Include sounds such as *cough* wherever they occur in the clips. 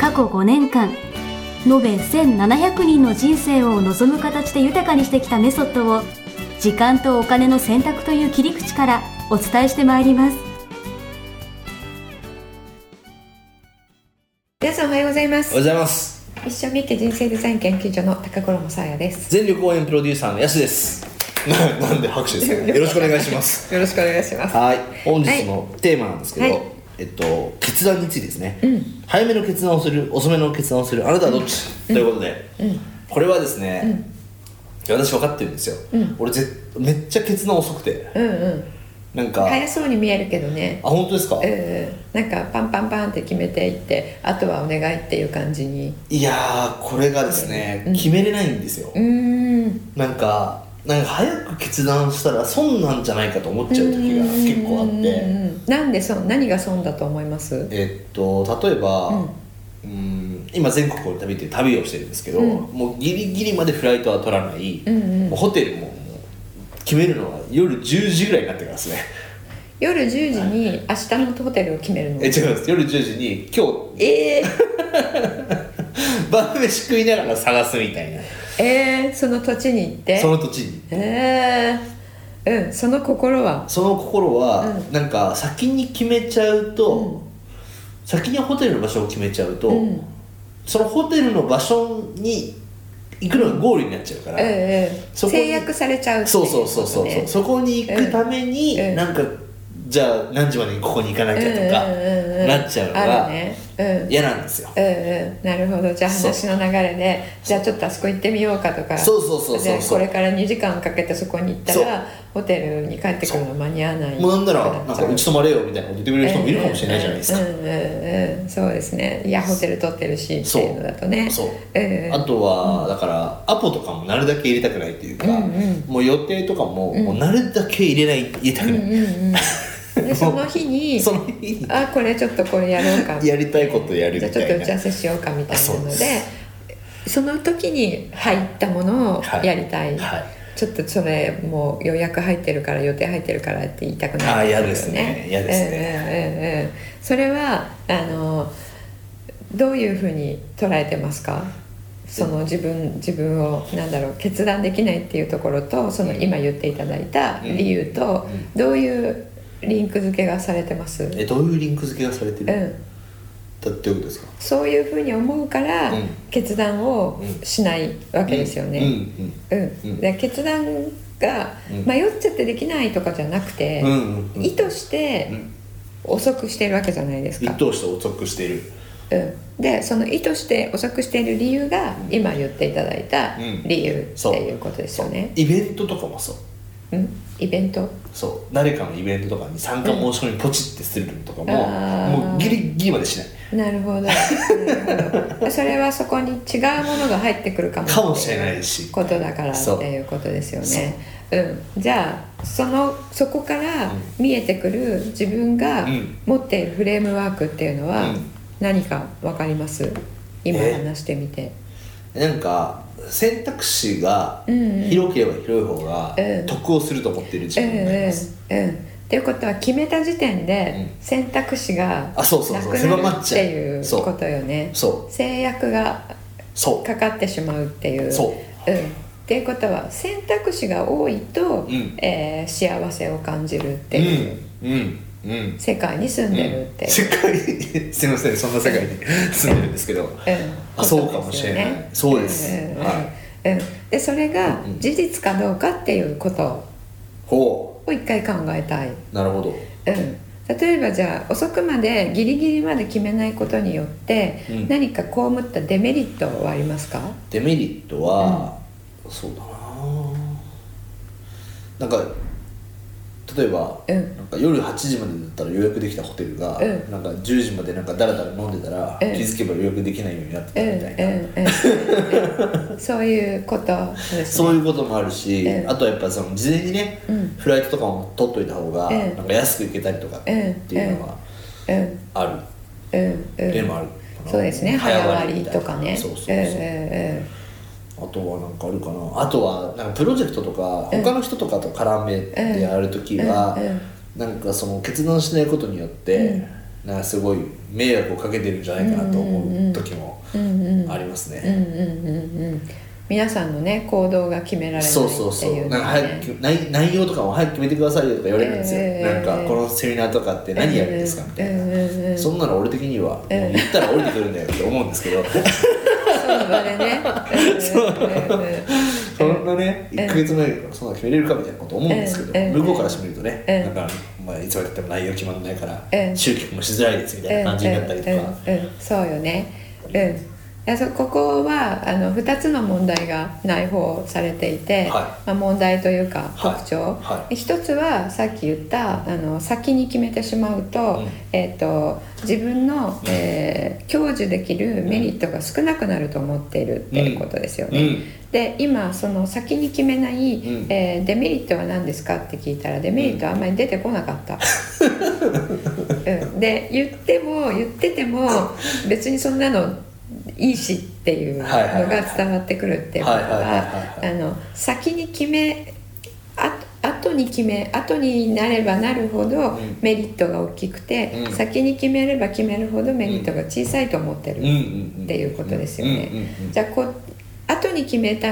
過去5年間延べ1700人の人生を望む形で豊かにしてきたメソッドを時間とお金の選択という切り口からお伝えしてまいります皆さんおはようございまおはようすございます一緒三池人生デザイン研究所の高頃もさあやです全力応援プロデューサーのやすですな *laughs* なんで拍手です *laughs* かねよろしくお願いしますよろしくお願いしますはい本日のテーマなんですけど、はいえっと決断についてですね、早めの決断をする遅めの決断をするあなたはどっち、ということで、これはですね、私分かってるんですよ、俺ぜめっちゃ決断遅くてうんうんなんか、あ早そうに見えるけどね本当ですか、うんなんかパンパンパンって決めていってあとはお願いっていう感じにいやーこれがですね、決めれないんですよ、うーんなんかなんか早く決断したら損なんじゃないかと思っちゃう時が結構あって、うんうんなんで損何が損だと思いますえっと例えば、ううんん、今全国を旅って旅をしてるんですけど、うんもうギリギリまでフライトは取らない、うんうんもうホテルももう決めるのは夜10時ぐらいになってからですね、夜10時に明日のホテルを決めるのえ違います夜10時に今日ええ晩飯食いながら探すみたいなえー、その土地に行ってその土地にえー、うんその心はその心は、うなんか先に決めちゃうと、うん先にホテルの場所を決めちゃうと、うんそのホテルの場所に行くのがゴールになっちゃうから、ええそこに制約されちゃうっていそううそうそうそうそう、ことねそこに行くために、うんなんかじゃあ何時までにここに行かなきゃとか、うんうんうんんなっちゃうのあがるねうん嫌なんですよ、うんうん、なるほどじゃあ話の流れでじゃあちょっとあそこ行ってみようかとかそうそうそうそうそうでこれから2時間かけてそこに行ったらホテルに帰ってくるの間に合わないもうなんならなんっちかゃううち泊まれよみたいなこと言ってくれる人もいるかもしれないじゃないですか、うんうんうんうんそうですねいやホテル取ってるしっていうのだとねそううんうんあとは、だからアポとかもなるだけ入れたくないっていうか、うんうんもう予定とかも,、もうなるだけ入れない入れたくない、うんうんうんでその日に *laughs* その日にあこれちょっとこれやろうか *laughs* やりたいことやるみじたゃあいちょっと打なち合わせしようかみたいなのあそうででその時に入ったものをはいやりたい、はいちょっとそれもう予約入ってるから予定入ってるからって言いたくないあー嫌ですね嫌ですねそれはあのどういうふうに捉えてますかその自分自分をなんだろう決断できないっていうところとその今言っていただいた理由とどういうリンク付けがされてます、えどういうリンク付けがされてる、うだっんてどういうことですかそういうふうに思うからうん決断をしないわけですようんね。うんうんで決断がうん迷っちゃってできないとかじゃなくて、うんうんうん意図してうん遅くしてるわけじゃないです一か。等して遅くしてるうん、でその意図して遅くしている理由が今言っていただいたうん理由ってそういうことですよね。イベントとかもそううん、イベントそう誰かのイベントとかに参加申し込みポチってするのとかも、あーもうギリギリまでしなないる *laughs* ほどなるほどそれはそこに違うものが入ってくるかもかもしれないしことだからってそういうことですよねうんじゃあそのそこから見えてくる自分がうん持っているフレームワークっていうのはうん何かわかります今え話してみて、なんか選択肢がうんうん広ければ広い方がうん得をすると思ってる自うん分になります、うんうんっていうことは決めた時点でう選択肢がなあそうそうそうく狭なまるっっちゃうていうそうことよねそ制約がうそかかってしまうっていううそううん、っていうことは選択肢が多いと、うんえー幸せを感じるってういう、んうんうん世界に住んでるっていう、世界に *laughs* すみませんそんな世界に住んでるんですけうどんあそうかもしれないそうですうんうんうんはうんでそれがうん事実かどうかっていうことほを一回考えたい、うん、うなるほど例えばじゃあ遅くまでギリギリまで決めないことによって、うん何か被ったデメリットはありますかデメリットは、そうだななんか例えば、うんなんか夜8時までだったら予約できたホテルが、うんなんか10時までなんかダラダラ飲んでたら、うん気づけば予約できないようになってうんたみたいな、うん *laughs* うんそういうことですねそういうこともあるし、うんあとはやっぱその事前にね、うんフライトとかも取っといた方が、うんなんか安く行けたりとかっていうのはうんある、うん例うんもあるかなそうですね早割りとかねそうそうそう、うんうんあとはなんかあるかなあとはなんかプロジェクトとか他の人とかと絡めてやるときはうんうんなんかその決断しないことによってなんかすごい迷惑をかけてるんじゃないかなと思う時もうんうんありますね、うんうんうんうん皆さんのね行動が決められないってい,、そううね、そうそうなんか早く内内容とかも早く決めてくださいよとか言われるんですよ、ええなんかこのセミナーとかって何やるんですかみたいな、うんうんうんそんなの俺的にはもうええ言ったら降りてくるんだよって思うんですけどその場でねうんうんうんうんそんなね1か月前からそんなの決めれるかみたいなこと思うんですけど、ええ向こうからしてみるとね、ええなんか、まあ、いつまでたっても内容決まらないから、ええ集客もしづらいですみたいな感じになったりとか、うんうんうんうんそうよねうんいやそここはあの2つの問題が内包されていて、はまあ、問題というかはい特徴、は一つはさっき言ったあの先に決めてしまうと,、うんえー、と自分の、えー享受できるメリットが少なくなると思っているっていうことですよね。うんで今その先に決めない、うんえーデメリットは何ですかって聞いたらデメリットはあんまり出てこなかった。うん、で言っても言ってても別にそんなのいいしっていうのはいはいがはい伝わってくるっていうことはいはいはいははあの先に決めあ後に決め後になればなるほどうんメリットが大きくて、うん先に決めれば決めるほどメリットが小さいと思ってるうんうんうんっていうことですよねうんうんうんじゃあこう後に決めた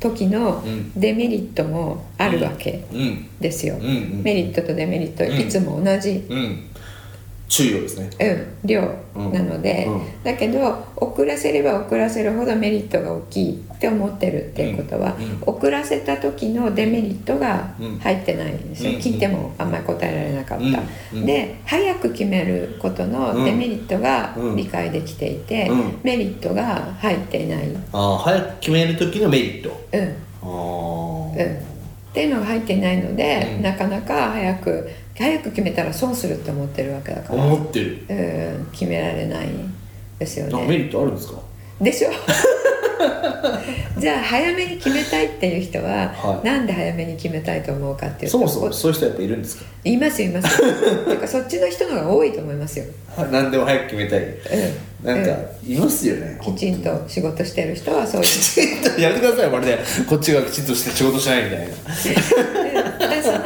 時のうんデメリットもあるわけうんですよ、うんうんメリットとデメリットうんいつも同じ、うん注意をですねうん、量なので、うんうんだけど遅らせれば遅らせるほどメリットが大きいって思ってるっていうことは、う遅らせた時のデメリットがうん入ってないんですよ、うん聞いてもあんまり答えられなかった、うんうんで早く決めることのデメリットがうん理解できていて、うんメリットが入っていない、うんあー早く決める時のメリットあうん、っーていうのが入っていないので、うんなかなか早く早く決めたら損するって思ってるわけだから。思ってるうん決められないですよなんかねメリットあるんですかでしょ *laughs* じゃあ早めに決めたいっていう人は、はいなんで早めに決めたいと思うかっていうとそもそもそういう人やっぱいるんですか *laughs* いますよいますてかそっちの人の方が多いと思いますよ、何でも早く決めたいうん、なんうかいますよねきちんと仕事してる人はそういうきちん *laughs* とやめてくださいまるでこっちがきちんとして仕事しないみたいなうんでその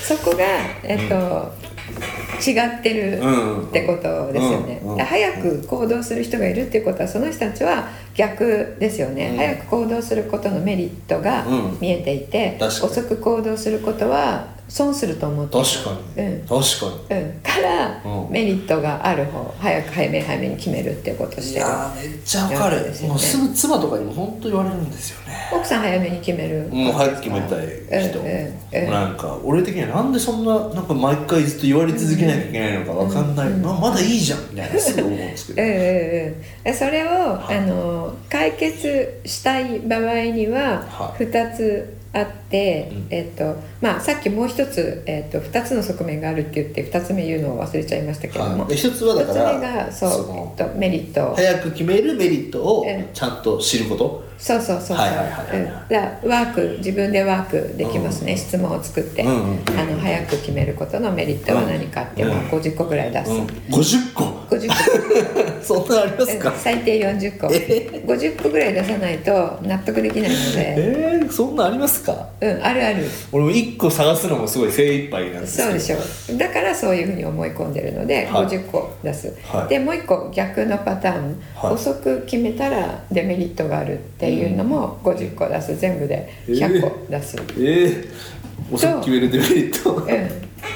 そこが、えっと違ってるうんってことですよね、うんうんで早く行動する人がいるっていうことはその人たちは逆ですよね、うん早く行動することのメリットがうん見えていて、確かに遅く行動することは損すると思ってる確かに、うん確かにうん、から、うんメリットがある方早く早め早めに決めるっていうことをしいてるやーめっちゃわかやっぱる、りですよねもうすぐ妻とかにも本当言われるんですよね奥さん早めに決めるもう早く決めたい人、うんうんうんなんか俺的にはなんでそんななんか毎回ずっと言われ続けなきゃいけないのかわかんない、ままだいいじゃんみたいなすぐ思うんですけうんうど、んうんで、それを、あの解決したい場合にははい2つあって、うんえっとまあ、さっきもう一つ、えっと2つの側面があるって言って2つ目言うのを忘れちゃいましたけれども、はいで一つはだか一つ目がらそうのえっと、メリット早く決めるメリットをうんちゃんと知ること、そうそうそうそう、はいはいはいはいうんだからワーク自分でワークできますね、質問を作って、うんうんうんあの早く決めることのメリットは何かって、うんまあ、50個ぐらい出す、うん、50個50個 *laughs* そんなのありますかうん最低40個50個ぐらい出さないと納得できないので、えー、そんなのありますかうん、あるある俺も1個探すのもすごい精一杯なんですけどそうでしょうだからそういうふうに思い込んでるので、はい50個出す、はいでもう一個逆のパターン、はい遅く決めたらデメリットがあるっていうのも50個出す全部で100個出す、えー、遅く決めるデメリットうん、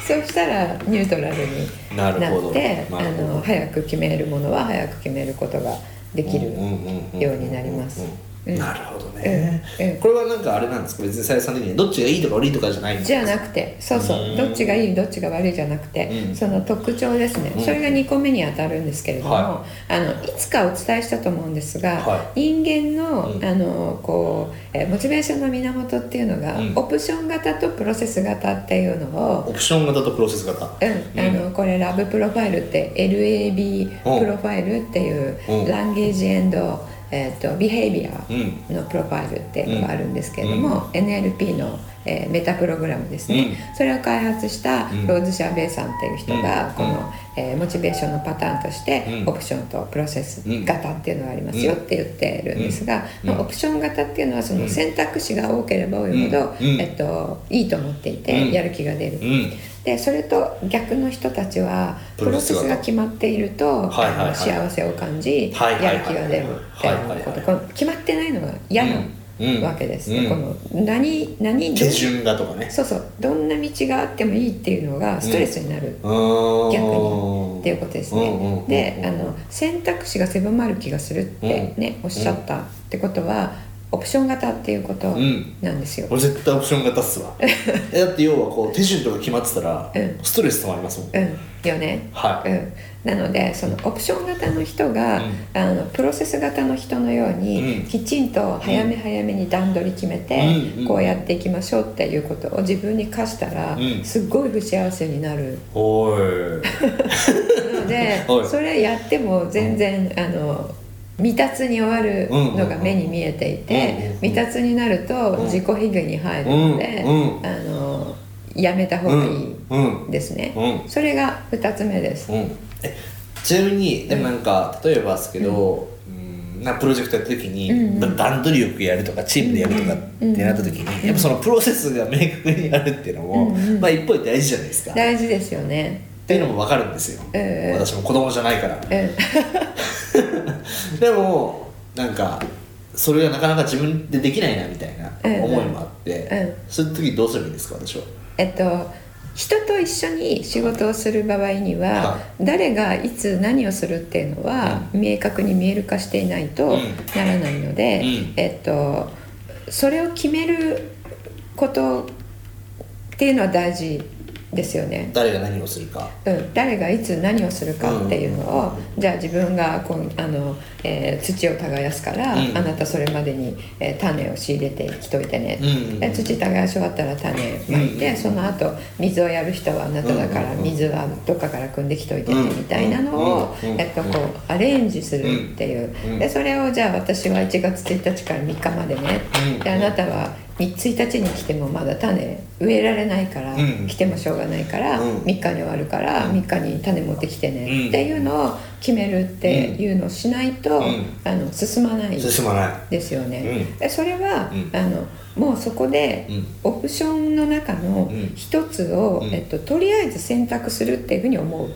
そうしたらニュートラルにななっるほどてなあるほどの早く決めるものは早く決めることができるうんうんうんうんようになりますうんなるほどね、うんうんこれはなんかあれなんですか別にさやさん的にどっちがいいとか悪いとかじゃないんですじかゃなくてそうそううんどっちがいいどっちが悪いじゃなくて、うんその特徴ですね、うんそれが2個目に当たるんですけれども、はあのいつかお伝えしたと思うんですが、は人間の,、うんあのこうえーモチベーションの源っていうのが、うんオプション型とプロセス型っていうのを、オプション型とプロセス型うんうあんのこれラブプロファイルって LAB うんプロファイルっていううんランゲージエンド、えー、とビヘイビアうんのプロファイルっていうのがあるんですけれども、NLP の、えーメタプログラムですね、それを開発したうんローズ・シャーベイさんっていう人が、うんこの、えーモチベーションのパターンとして、うんオプションとプロセスうん型っていうのがありますよって言ってるんですが、うんまあ、オプション型っていうのはその選択肢が多ければ多いほど、うんえっと、いいと思っていうんてやる気が出る。うんでそれと逆の人たちはププロロセセスがスが決まっていると、はいはいはいあの幸せを感じ、はいはいはいやる気が出るっていうこと、はいはいはいこの決まってないのが嫌なうんうんわけです、うんこの何何手順がとかねそうそうどんな道があってもいいっていうのがストレスになるうーん逆にっていうことですね。うんうんうんうんであの選択肢が狭まる気がするってね、おっしゃったってことはオプション型っていうことんなんですよ。俺絶対オプション型っ *laughs* すわえだって要はこう手順とか決まってたら、うんストレス溜まりますもん、うん、よね。はい、うん、なのでそのオプション型の人が、うんあのプロセス型の人のように、うんきちんと早め早めに段取り決めて、うんこうやっていきましょうっていうことを自分に課したら、うんすっごい不幸せになる *laughs* おーいのではいそれやっても全然、あの未達に終わるのが目に見えていて、うんうんうん未達になるとうん自己卑下に入るので、うんうあのやめた方うがいんいうんですね。うそれが2つ目です。うんえちなみにでもなんか例えばですけど、うん、なプロジェクトやった時に、うんうん段取りよくやるとかチームでやるとかってなった時に、やっぱそのプロセスが明確にあるっていうのも、うんうんまあ一方で大事じゃないですか、っ大事ですよね。ていうのも分かるんですよ、うんうん私も子供じゃない *laughs* から、うでもなんかそれがなかなか自分でできないなみたいな思いもあって、んうんそういう時どうすればいいんですか私はえっと人と一緒に仕事をする場合にはは誰がいつ何をするっていうのは明確に見える化していないとうんならないので、うんえっとそれを決めることっていうのは大事ですよね。誰が何をするかうん、誰がいつ何をするかっていうのを、じゃあ自分がこうあの、えー土を耕すから、うんあなたそれまでに、えー種を仕入れてきといてね、うんで土耕し終わったら種まいて、うんその後水をやる人はあなただからうん水はどっかから汲んできといてね、うんみたいなのを、うんえっと、こうアレンジするっていう、うんでそれをじゃあ私は1月1日から3日までね、うんであなたは1日に来てもまだ種植えられないから、うん来てもしょうがないから、うん3日に終わるから3日に種持ってきてね、うんっていうのを決めるっていうのをしないと、うんあの進まない進まないですよね。うんでそれは、うんあのもうそこで、うんオプションの中のうん一つを、うんえっと、とりあえず選択するっていうふうに思うん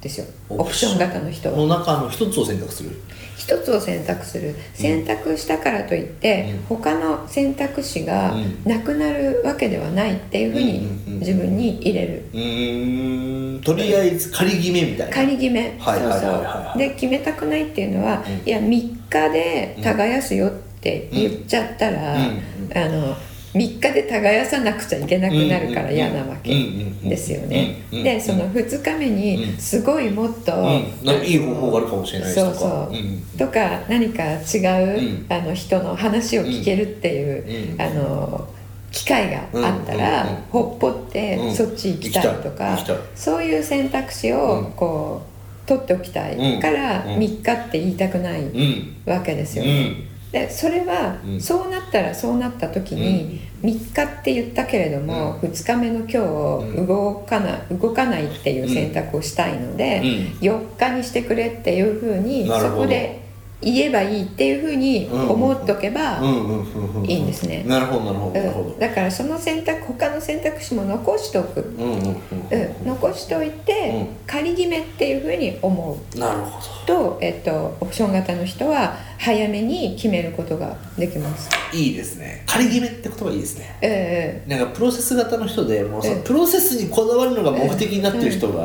ですよオオププシションョン型の人はの。中の一つを選択する一つを選択する選択したからといって、うん他の選択肢がうんなくなるわけではないっていうふうにうんうんうん自分に入れるうーんとりあえず仮決めみたいな仮決め、はいはいはいはいそうそうで決めたくないっていうのは、うんいや3日で耕すよって言っちゃったら、うんあの3日で耕さなくちゃいけなくなるから嫌なわけうんうんうんうんですよね。うんうんでその2日目にうんすごいもっと、うん、なんかいい方法があるかもしれないですそとうかそう、んとか何か違う、うんあの人の話を聞けるっていう、うんあの機会があったら、うんうんうんほっぽって、うんそっち行きたいとか行きたい行きたいそういう選択肢をうんこう取っておきたい、うんからうん3日って言いたくないうんわけですよね。でそれは、うんそうなったらそうなった時に、3日って言ったけれども、2日目の今日をうん動かな動かないっていう選択をしたいので、うんうん4日にしてくれっていうふうになるそほどこで言えばいいっていうふうに思っとけば、うんうんうんうんいいんですねなるほどなるほどなるほどうんだからその選択他の選択肢も残しておく、うんうんうんうんうん残しておいて、う仮決めっていうふうに思うなるほと、えっと、オプション型の人は早めに決めることができます。いいですね仮決めって言葉いいですねえなんかプロセス型の人でもうそのええプロセスにこだわるのが目的になってる人がもう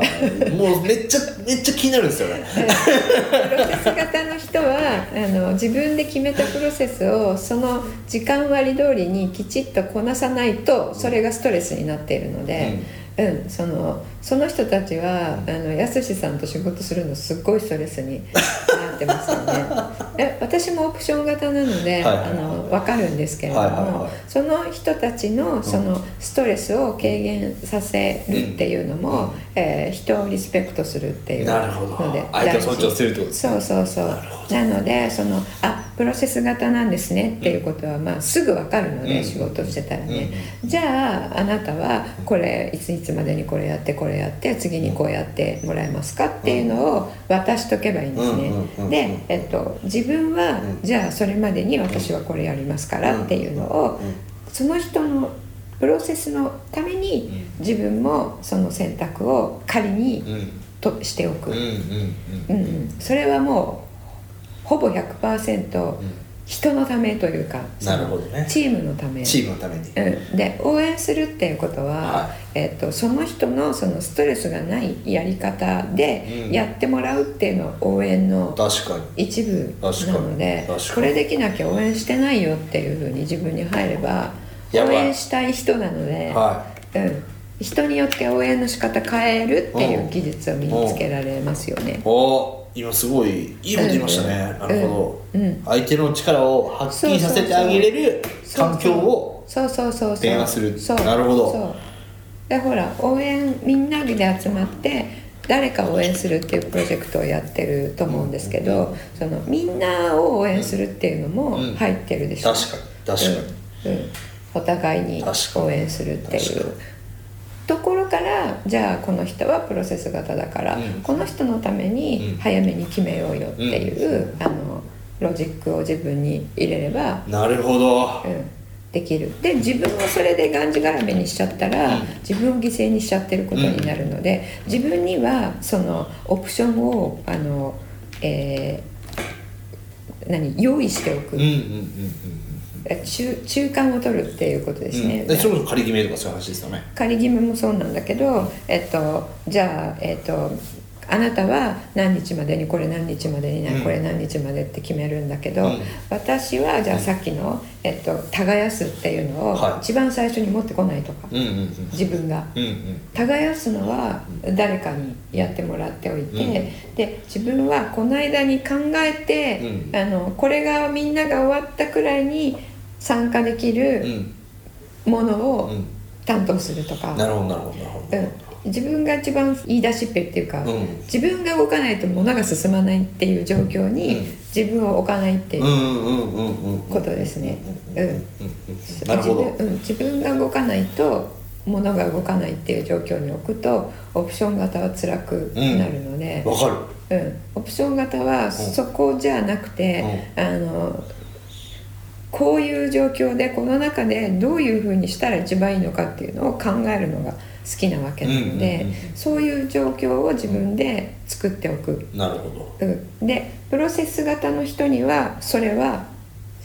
めっちゃめっちゃ気になるんですよねえええプロセス型の人はあの自分で決めたプロセスをその時間割り通りにきちっとこなさないとそれがストレスになっているので、うんそのその人たちはあのやすしさんと仕事するのすっごいストレスに *laughs* なってますよねえ私もオプション型なので、はいはいはいあの分かるんですけれども、はいはいはいその人たちのそのストレスを軽減させるっていうのも、えー人をリスペクトするっていうなるほどので相手大を事尊重するってことですねそうそうそうなるほなのでそのあプロセス型なんですねっていうことは、まあ、すぐ分かるので、うん仕事してたらね、じゃああなたはこれいついつまでにこれやってこれやって次にこうやってもらえますかっていうのを渡しとけばいいんですね、うんうんうんうんで、えっと、自分は、うんじゃあそれまでに私はこれやりますからっていうのを、うんうんその人のプロセスのために自分もその選択を仮にうんとしておく、うんうんううんんうん、それはもうほぼ100%人のためというか、なるほどねチームのためチームのためにうん、で応援するっていうことは、はえっとその人のそのストレスがないやり方でうんやってもらうっていうのは応援の確かに一部確かなにので確かにこれできなきゃ応援してないよっていうふうに自分に入れば応やばい援したい人なので、はうん、人によって応援の仕方変えるっていう技術を身につけられますよね。いお今すごいいいこと言いましたねうなんるほうんうどん相手の力を発揮させてあげれる環境をそうそうそうそう提案するそうなるほどそうでほら応援みんなで集まって誰かを応援するっていうプロジェクトをやってると思うんですけど、そのみんなを応援するっていうのもうん入ってるでしょ、確かに確かにに、うんうんお互いに確かに応援するっていう確かにところからじゃあこの人はプロセス型だから、うんこの人のためうにん早めに決めようよっていう、あのロジックを自分に入れればなるほどうんできるで自分をそれでがんじがらめにしちゃったら、うん自分を犠牲にしちゃってることになるので、自分にはそのオプションをあの、えー何用意しておく、うんうんうんうんえ中中間を取るっていうことですね。うん、でそれこそ仮決めとかそういう話ですよね仮決めもそうなんだけど、えっと、じゃあ、えっと、あなたは何日までにこれ何日までになうんこれ何日までって決めるんだけど、うん私はじゃあさっきの、えっと、耕すっていうのはをい一番最初に持ってこないとか、うんうんうん自分が。うんうん耕すのは誰かにやってもらっておいて、で自分はこの間に考えて、うんあのこれがみんなが終わったくらいに参加できうるんものをうん担当するとか、なるほどなるほどなるほど、うん、自分が一番言い出しっぺっていうか、うん自分が動かないと物が進まないっていう状況にうん自分を置かないっていううんうんうんうんうんことですね。うんうんうんなるほど自分うん、自分が動かないと物が動かないっていう状況に置くとオプション型は辛くなるので、わかるうんオプション型はそこじゃなくて、あのこういう状況でこの中でどういうふうにしたら一番いいのかっていうのを考えるのが好きなわけなので、うんうんうんそういう状況を自分で作っておく、なるほうん、でプロセス型の人にはそれは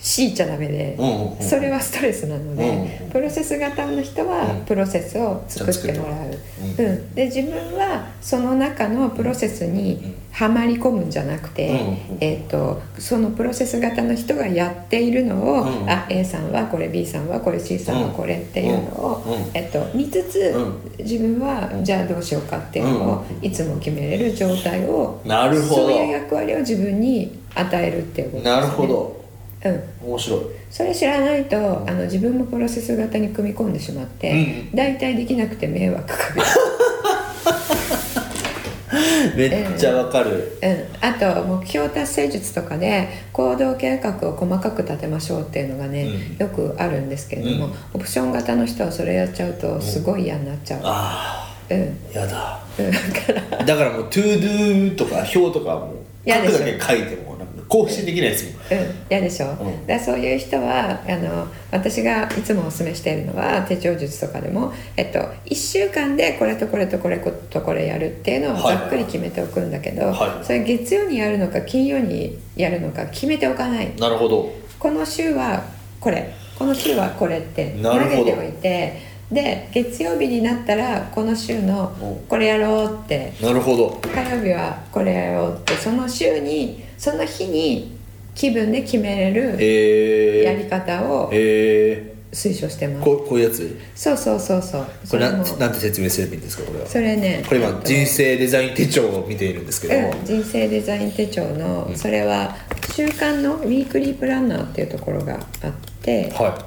強いちゃダメでど、うんうんうんそれはストレスなので、うんプロセス型の人うはんプロセスを作ってもらう、ううんんで自分はその中のプロセスにはまり込むんじゃなくて、うんえー、とそのプロセス型の人がやっているのを、うんあ A さんはこれ B さんはこれ C さんはこれっていうのを、うんうんえっと見つつ、う自分はじゃあどうしようかっていうのをいつも決めれる状態を、なるほどそういう役割を自分に与えるっていうことです、ね。なるほどうん面白いそれ知らないとあの自分もプロセス型に組み込んでしまって、大体できなくて迷惑かける、めっちゃわかる、うん、あと目標達成術とかで行動計画を細かく立てましょうっていうのがね、うんよくあるんですけれども、うんオプション型の人はそれやっちゃうとすごい嫌になっちゃう、うんああやだうんだからだからもう「トゥードゥー」とか表とかもう嫌で書しょくだけ書いてもなんか更新できないですもんうん、嫌でしょ、うんだからそういう人はあの私がいつもお勧めしているのは手帳術とかでも、えっと、1週間でこれとこれとこれとこれやるっていうのをはいざっくり決めておくんだけど、はいそれ月曜にやるのか金曜にやるのか決めておかないなるほどこの週はこれこの週はこれってな投るほげどておいてで月曜日になったらこの週のおこれやろうってなるほど火曜日はこれやろうってその週にその日に気分で決めれるやりえー、方をえ推奨してまー、すこうこういうやつそうそうそうそうこそれれなもんなんて説明すればいいんですかこれはそれねこれ今人生デザイン手帳を見ているんですけども、うん、人生デザイン手帳のそれは週間のウィークリープランナーっていうところがあっては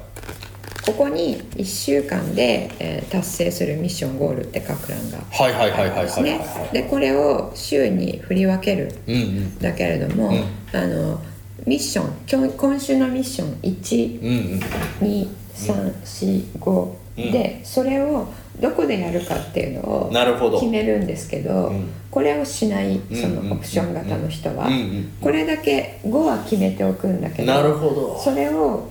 ここに1週間で、えー達成するミッションゴールって書く欄がい、はいはいあはいるんはいはいですはいねでこれを週に振り分けるうんうんだけれども、うんあのミッション今日今週のミッション1うんうん2345、うんでそれをどこでやるかっていうのをなるほど決めるんですけど、うんこれをしないうんそのオプション型の人は、うんうんこれだけ5は決めておくんだけどなるほどそれを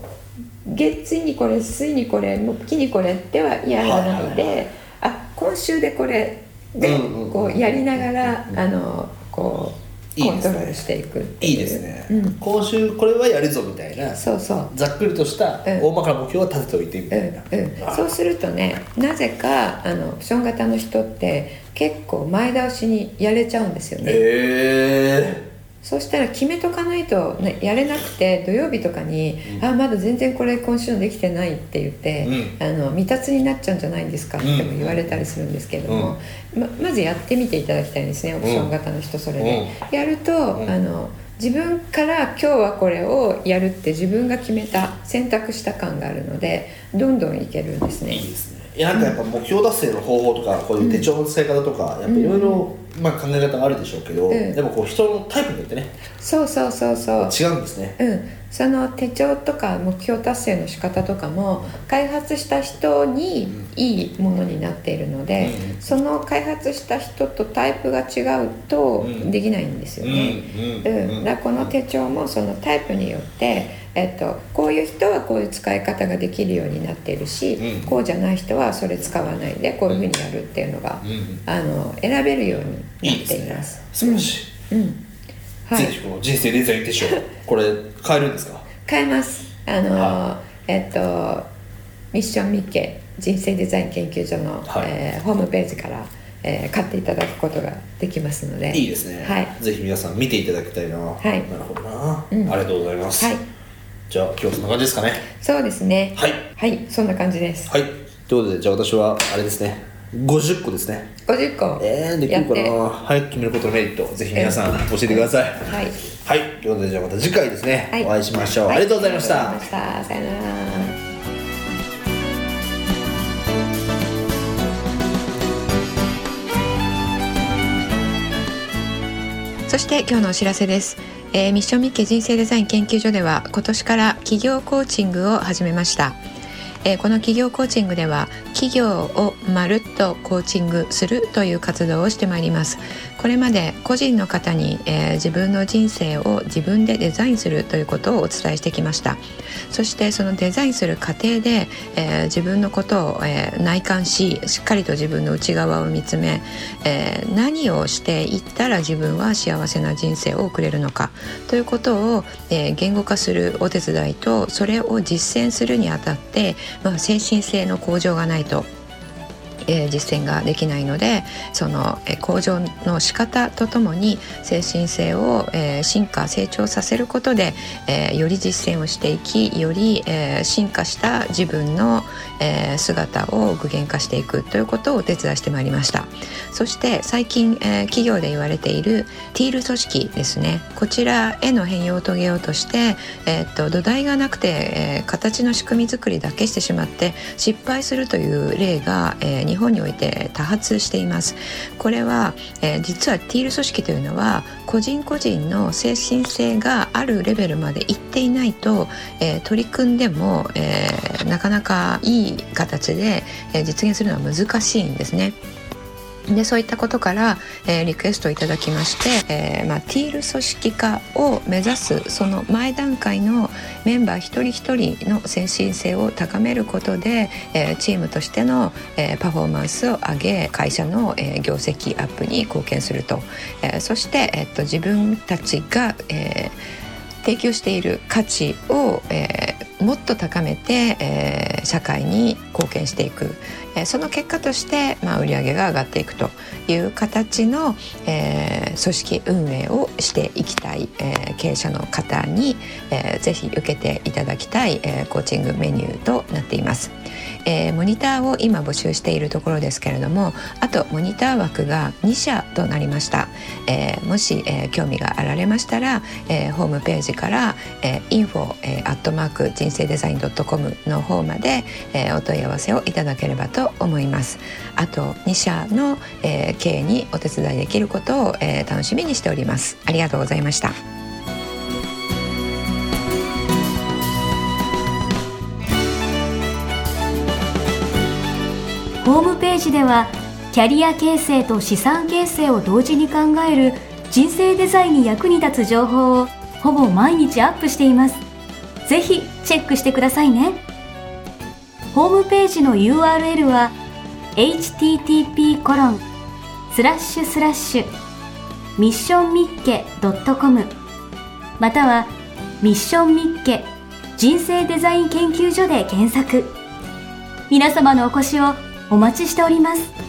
月にこれ水にこれ木にこれってはやらないで、はいあ今週でこれで、うんうんうんこうやりながら、あのこういいコでンすトねロールしていくっていういいですね、うん、今週これはやるぞみたいなそうそうざっくりとしたうん大まかな目標は立てておいてみうたいな、んうん、あそうするとねなぜかあのオプション型の人って結構前倒しにやれちゃうんですよね、えそうしたら決めとかないと、ね、やれなくて土曜日とかに「うんあまだ全然これ今週のできてない」って言って、あの未達になっちゃうんじゃないんですかっても言われたりするんですけれども、ままずやってみていただきたいんですねオプション型の人それで。やると、んあの自分から今日はこれをやるって自分が決めた選択した感があるのでどんどんいけるんですね。いいですねいやなんかやっぱ目標達成の方法とかこういう手帳の使い方とか、やっぱいろいろまあ考え方があるでしょうけど、うんでもこう人のタイプによってねそうそうそうそう違うんですねうん、その手帳とか目標達成の仕方とかも開発した人にいいものになっているので、うんその開発した人とタイプが違うとうんできないんですよね。ううんんうんだからこの手帳もそのタイプによって、えっと、こういう人はこういう使い方ができるようになっているし、うんこうじゃない人はそれ使わないでこういうふうにやるっていうのが、うんあの選べるようにいないっでてすいねます。素晴らしい、うんはい、ぜひこの人生デザイン手帳これ変えるんですか買えますあのー、はえっとミッションミッケ人生デザイン研究所の、はいえーホームページから、えー買っていただくことができますのでいいですね、はい、ぜひ皆さん見ていただきたいいな、なるほどな、うんありがとうございます、はいじゃあ今日はそんな感じですかねそうですねはいはいそんな感じです、はいということでじゃあ私はあれですね50個ですね50個えー、できるかやってな早く決めることのメリットぜひ皆さん教えてください、はいはい、ということでじゃあまた次回ですね、はいお会いしましょう、はありがとうございましたありがとうございましたさよならそして今日のお知らせです、えーミッションミッケ人生デザイン研究所では今年から企業コーチングを始めました、えーこの企業コーチングでは企業をまるっとコーチングするという活動をしてまいりますこれまで個人の方に、えー自分の人生を自分でデザインするということをお伝えしてきましたそしてそのデザインする過程で、えー自分のことを、えー内観ししっかりと自分の内側を見つめ、えー何をしていったら自分は幸せな人生を送れるのかということを、えー言語化するお手伝いとそれを実践するにあたって、まあ、精神性の向上がないとえー実践ができないのでその、えー向上の仕方とともに精神性を、えー進化成長させることで、えーより実践をしていきより、えー進化した自分の、えー姿を具現化していくということをお手伝いしてまいりましたそして最近、えー企業で言われているティール組織ですねこちらへの変容を遂げようとして、えーっと土台がなくて、えー形の仕組み作りだけしてしまって失敗するという例が、えー日本において多発していますこれは、えー実はティール組織というのは個人個人の精神性があるレベルまでいっていないと、えー取り組んでも、えーなかなかいい形で、えー実現するのは難しいんですね。でそういったことから、えーリクエストをいただきまして、えーまあ、ティール組織化を目指すその前段階のメンバー一人一人の先進性を高めることで、えーチームとしての、えーパフォーマンスを上げ会社の、えー業績アップに貢献すると、えーそして、えっと自分たちが、えー提供している価値を、えーもっと高めて、えー社会に貢献していく、えーその結果として、まあ、売り上げが上がっていくという形の、えー組織運営をしていきたい、えー経営者の方に、えーぜひ受けていただきたい、えーコーチングメニューとなっています。えーモニターを今募集しているところですけれどもあとモニター枠が2社となりました、えーもし、えー興味があられましたら、えーホームページから、えー、info、えー、アットマーク人生デザイン .com の方まで、えーお問い合わせをいただければと思いますあと2社の、えー経営にお手伝いできることを、えー楽しみにしておりますありがとうございましたホームページではキャリア形成と資産形成を同時に考える人生デザインに役に立つ情報をほぼ毎日アップしていますぜひチェックしてくださいねホームページの URL は http コロンスラッシュスラッシュミッションミッケ .com またはミッションミッケ人生デザイン研究所で検索皆様のお越しをお待ちしております